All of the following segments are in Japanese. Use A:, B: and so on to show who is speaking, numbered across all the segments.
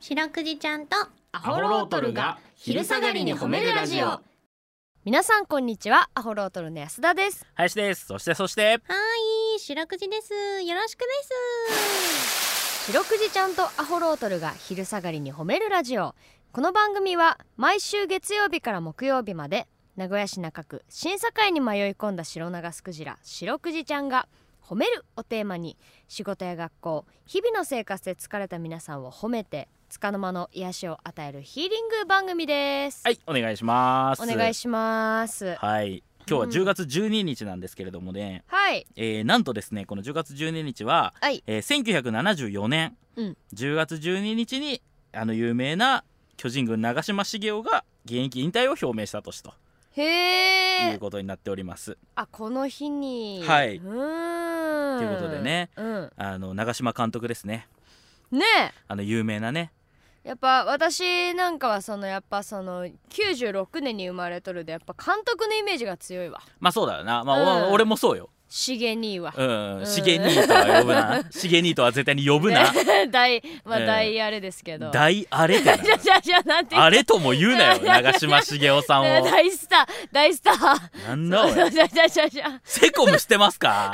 A: 白くじちゃんとア
B: ホロートルが昼下がりに褒めるラジオ
C: 皆さんこんにちはアホロートルの安田です
B: 林ですそしてそして
A: はい白くじですよろしくです
C: 白くじちゃんとアホロートルが昼下がりに褒めるラジオこの番組は毎週月曜日から木曜日まで名古屋市中区審査会に迷い込んだ白長スクジラ白くじちゃんが褒めるをテーマに仕事や学校日々の生活で疲れた皆さんを褒めて束の間の癒しを与えるヒーリング番組です
B: はいお願いします
C: お願いします
B: はい今日は
C: うん
B: 10月12日なんですけれどもね、
C: はい
B: えーなんとですねこの10月12日は、
C: はい
B: えー1974年、
C: うん
B: 10月12日にあの有名な巨人軍長嶋茂雄が現役引退を表明した年と
C: へ
B: い
C: え
B: うことになっております。
C: あこの日に
B: はいう
C: ーん
B: ということでね
C: うん
B: あの長嶋監督ですね
C: ね
B: あの有名なね
C: えやっぱ私なんかはそのやっぱその96年に生まれとるでやっぱ監督のイメージが強いわ
B: まあそうだよな、ま
C: う
B: あ
C: ん
B: お俺もそうよ
C: 茂兄は
B: うん
C: うん
B: シゲニーとは呼ぶなシゲニーとは絶対に呼ぶな
C: 大まあ
B: ええ
C: 大あれですけど、
B: 大あれ だな
C: じゃじゃじゃなんて言う
B: あれと も言うなよ長嶋茂雄さんを
C: 大スター大スター
B: なんだおい
C: そうじゃじゃじゃじゃじゃじゃじゃじゃ
B: セコムしてますか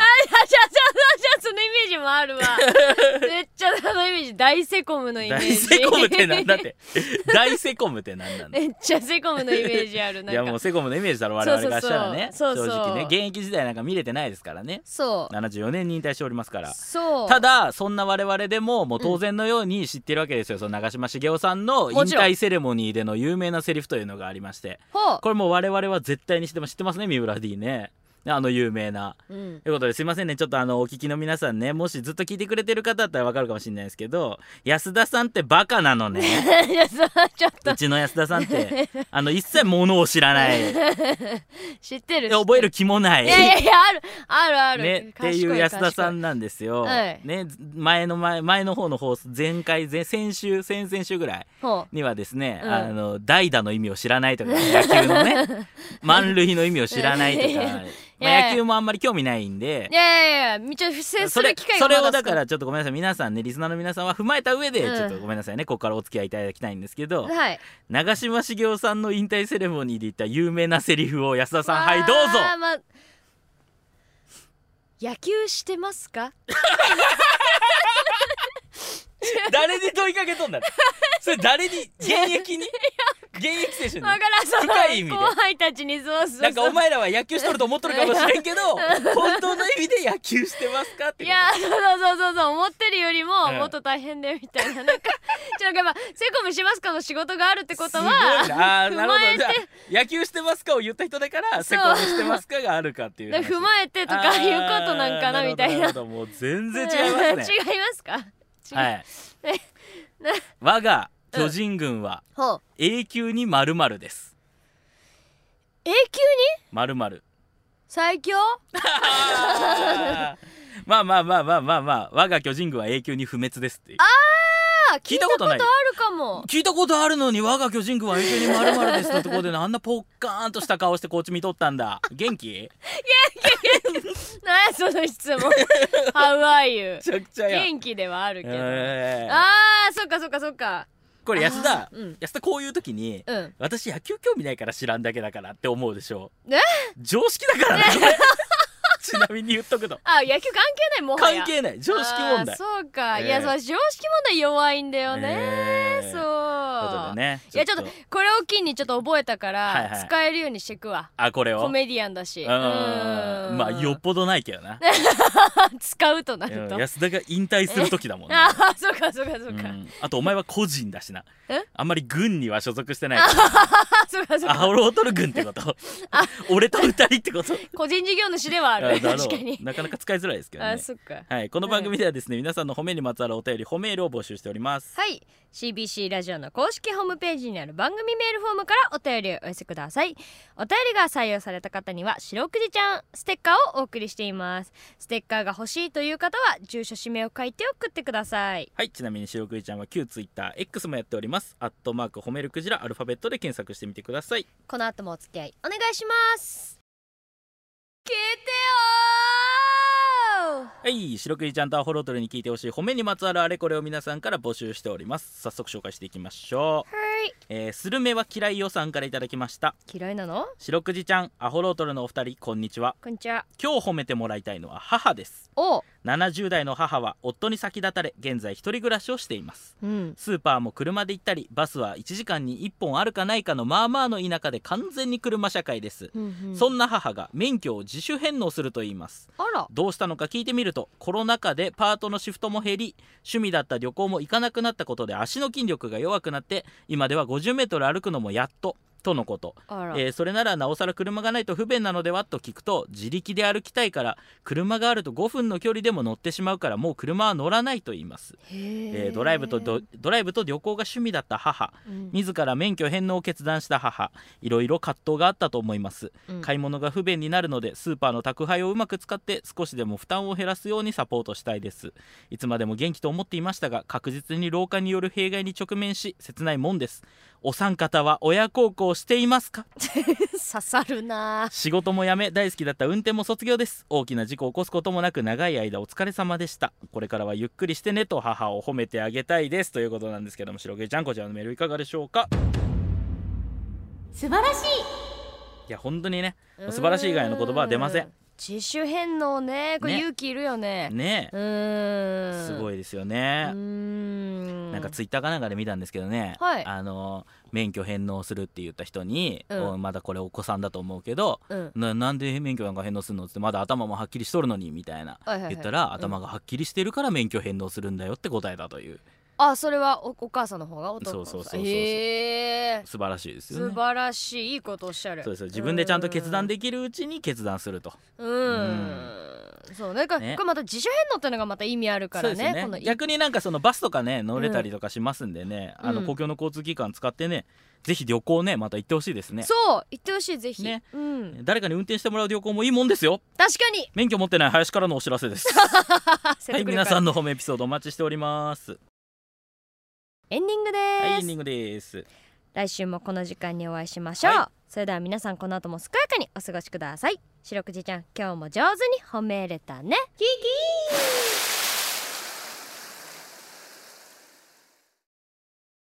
C: そのイメージもあるわめっちゃそのイメージ大セコムのイメー
B: 大
C: ジ
B: セコムってなんだって大セコムってなんなんだ
C: めっちゃセコムのイメージあるなん
B: い
C: か
B: やもうセコムのイメージだろ我々からしたらね
C: そうそうそう
B: 正直ね
C: そう
B: 現
C: そう
B: 役時代なんか見れてないですからね
C: そう
B: 74年に引退しておりますから
C: そう
B: ただそんな我々でももう当然のように知ってるわけですよ、その長嶋茂雄さんの引
C: もちろ
B: 退
C: ん
B: セレモニーでの有名なセリフというのがありまして
C: ほ
B: これもう我々は絶対に知ってます知ってますね三浦 D ねあの有名な。
C: う、うん、
B: ということですいませんねちょっとあのお聞きの皆さんねもしずっと聞いてくれてる方だったらわかるかもしれないですけど安田さんってバカなのね
C: いやそれはちょっと
B: うちの安田さ んってあの一切ものを知らない
C: 知ってる
B: 覚える気もない
C: いやいやいやあるあるある、
B: ね、っていう安田さ
C: 賢い
B: んなんですよ、
C: はい
B: ね、前の前前の方の放送前回前先週先々週ぐらい
C: 賢いほ
B: にはですね、
C: うん
B: あの代打の意味を知らないとか野球 のね満塁の意味を知らないと
C: いやいや
B: か、まあ
C: いやいや
B: 野球もあんまり興味ないんで
C: うい。やいやいやめっちゃ不正す
B: そ
C: る
B: れ
C: 機会
B: そ
C: が
B: れを
C: ま
B: だ
C: 少
B: か
C: ない
B: らちょっとごめんなさい皆さんねリスナーの皆さんは踏まえた上で
C: うん
B: ちょっとごめんなさいね、ここからお付き合いいただきたいんですけど
C: はい
B: 長嶋茂雄さんの引退セレモニーで言った有名なセリフを安田さんはいどうぞ
C: あーまあ野球してますか
B: 誰に問いかけとんだってそれ誰に現役に現役選手に
C: だからそ
B: 深い意味で
C: の後輩たちにそうそうそう
B: なんかお前らは野球しとると思っとるかもしれん けど本当の意味で野球してますかってこと
C: いやそうそうそうそう思ってるよりも
B: うん
C: もっと大変だよみたいな、 なんかちょっとやっぱセコムしますかの仕事があるってこと
B: すご
C: はい
B: なあー
C: 踏
B: なるほ
C: まえ
B: ど
C: て
B: じゃあ野球してますかを言った人だから
C: そ
B: セ
C: う
B: コムしてますかがあるかっていう
C: だ
B: 話
C: から踏まえ てとかいうことなんか
B: あ
C: な
B: ー
C: みたい
B: る
C: な
B: ほどるほどもう全然違いますね
C: 違いますか 違う
B: はい
C: えな
B: 我が巨人軍は
C: ほう
B: 永久にまるです
C: 永久に
B: まるま る
C: 最強
B: まあまあまあまあまあまあ我が巨人軍は永久に不滅ですっていう
C: あ
B: 聞いたことない
C: 聞いたことあるかも
B: 聞いたことあるのに我が巨人軍は永久にまるまるですのところであんなポッカーンとした顔してこっち見とったんだ元 気
C: 何やその質 問 How are you?
B: めちゃくちゃやん
C: 元気ではあるけど、
B: えー
C: あーそっかそっかそっか
B: これ安田
C: あーうん
B: 安田こういう時に
C: うん
B: 私野球興味ないから知らんだけだからって思うでしょ
C: え
B: 常識だからねこれ ちなみに言っとくと
C: あ野球関係ないもはや
B: 関係ない常識問
C: あー
B: 題
C: そうか、い
B: え
C: や
B: え
C: そう常識問題弱いんだよね、
B: ね
C: そう
B: ことでね
C: いやちょっとこれを機にちょっと覚えたから、
B: はいはい
C: 使えるようにしてくわ
B: あこれを
C: コメディアンだし
B: うん
C: うん
B: まあよっぽどないけど な
C: 使うとなると、
B: うん安田が引退する時だもん ね
C: ああそうかそうかそううか、
B: んあとお前は個人だしな
C: え
B: あんまり軍には所属してないから
C: あそうかそう
B: ア
C: か
B: ホロートル軍ってこと 俺と二人ってこと
C: 個人事業主ではあ
B: あ
C: る
B: だろう
C: 確かに、
B: なかなか使いづらいですけど
C: あ
B: ね
C: そっか
B: はい、この番組ではですね、皆さんの褒めにまつわるお便り褒めールを募集しております
C: はい CBC ラジオの公式ホームページにある番組メールフォームからお便りをお寄せくださいお便りが採用された方には白くじちゃんステッカーをお送りしていますステッカーが欲しいという方は住所氏名を書いて送ってください
B: はいちなみに白くじちゃんは旧ツイッター X もやっておりますアットマーク褒めるクジラアルファベットで検索してみてください
C: この後もお付き合いお願いします聞いてよー
B: はい白クリちゃんとアホロートルに聞いてほしい褒めにまつわるあれこれを皆さんから募集しております早速紹介していきましょう、
C: はい
B: えースルメは嫌いよさんからいただきました
C: 嫌いなの
B: 白くじちゃんアホロートルのお二人こんにちは
C: こんにちは
B: 今日褒めてもらいたいのは母です
C: おう
B: 70代の母は夫に先立たれ現在一人暮らしをしています
C: うん
B: スーパーも車で行ったりバスは1時間に1本あるかないかのまあまあの田舎で完全に車社会です、
C: うんうん
B: そんな母が免許を自主返納すると言います
C: あら
B: どうしたのか聞いてみるとコロナ禍でパートのシフトも減り趣味だった旅行も行かなくなったことで足の筋力が弱くなって今では 50m 歩くのもやっととのこと
C: あら、
B: えーそれならなおさら車がないと不便なのではと聞くと自力で歩きたいから車があると5分の距離でも乗ってしまうからもう車は乗らないと言います、
C: へ
B: えードライブとドドライブと旅行が趣味だった母自ら免許返納を決断した母いろいろ葛藤があったと思います買い物が不便になるのでスーパーの宅配をうまく使って少しでも負担を減らすようにサポートしたいですいつまでも元気と思っていましたが確実に老化による弊害に直面し切ないもんですお三方は親孝行していますか
C: 刺さるな
B: 仕事も辞め大好きだった運転も卒業です大きな事故を起こすこともなく長い間お疲れ様でしたこれからはゆっくりしてねと母を褒めてあげたいですということなんですけども白毛ちゃんこちらのメールいかがでしょうか
A: 素晴らしい
B: いや本当にね素晴らしい以外の言葉は出ません
C: う自主返納ねこれ
B: ね
C: 勇気いるよね
B: ね
C: う
B: え
C: ーん
B: す
C: い
B: ごいですよね
C: な
B: なんかツイッターかなんかで見たんですけどね、
C: はい
B: あの免許返納するって言った人に、
C: うん
B: おまだこれお子さんだと思うけど
C: うん
B: ななんで免許なんか返納するのっつってまだ頭もはっきりしとるのにみたいな、
C: はいはいはい
B: 言ったら、
C: うん
B: 頭がはっきりしてるから免許返納するんだよって答えだという
C: あそれはおお母さんの方がお父さんの方
B: そうそうそうそう
C: へえ
B: 素晴らしいですよ
C: 素
B: ね。
C: 晴らしいいいことおっしゃる
B: そうですよ自分でちゃんと決断できるうちに決断すると
C: うんうんそうねこれ
B: ね
C: これまた自主返納っていうのがまた意味あるから
B: そうです
C: ね
B: よ
C: このい
B: 逆になんかそのバスとかね乗れたりとかしますんでね、
C: うん
B: あの公共の交通機関使ってねぜひ旅行ねまた行ってほしいですね
C: そう言ってほしいぜひ
B: ね
C: うん
B: 誰かに運転してもらう旅行もいいもんですよ
C: 確かに
B: 免許持ってない林からのお知らせです
C: あ説得
B: はい
C: 力
B: 皆さ
C: ある
B: んの褒めエピソードお待ちしております
C: エンディングで
B: はいエンディ
C: す
B: ングです
C: 来週もこの時間にお会いしましょう、
B: は
C: それでは皆さんこの後も健やかにお過ごしください白くじちゃん今日も上手に褒めれたねキキー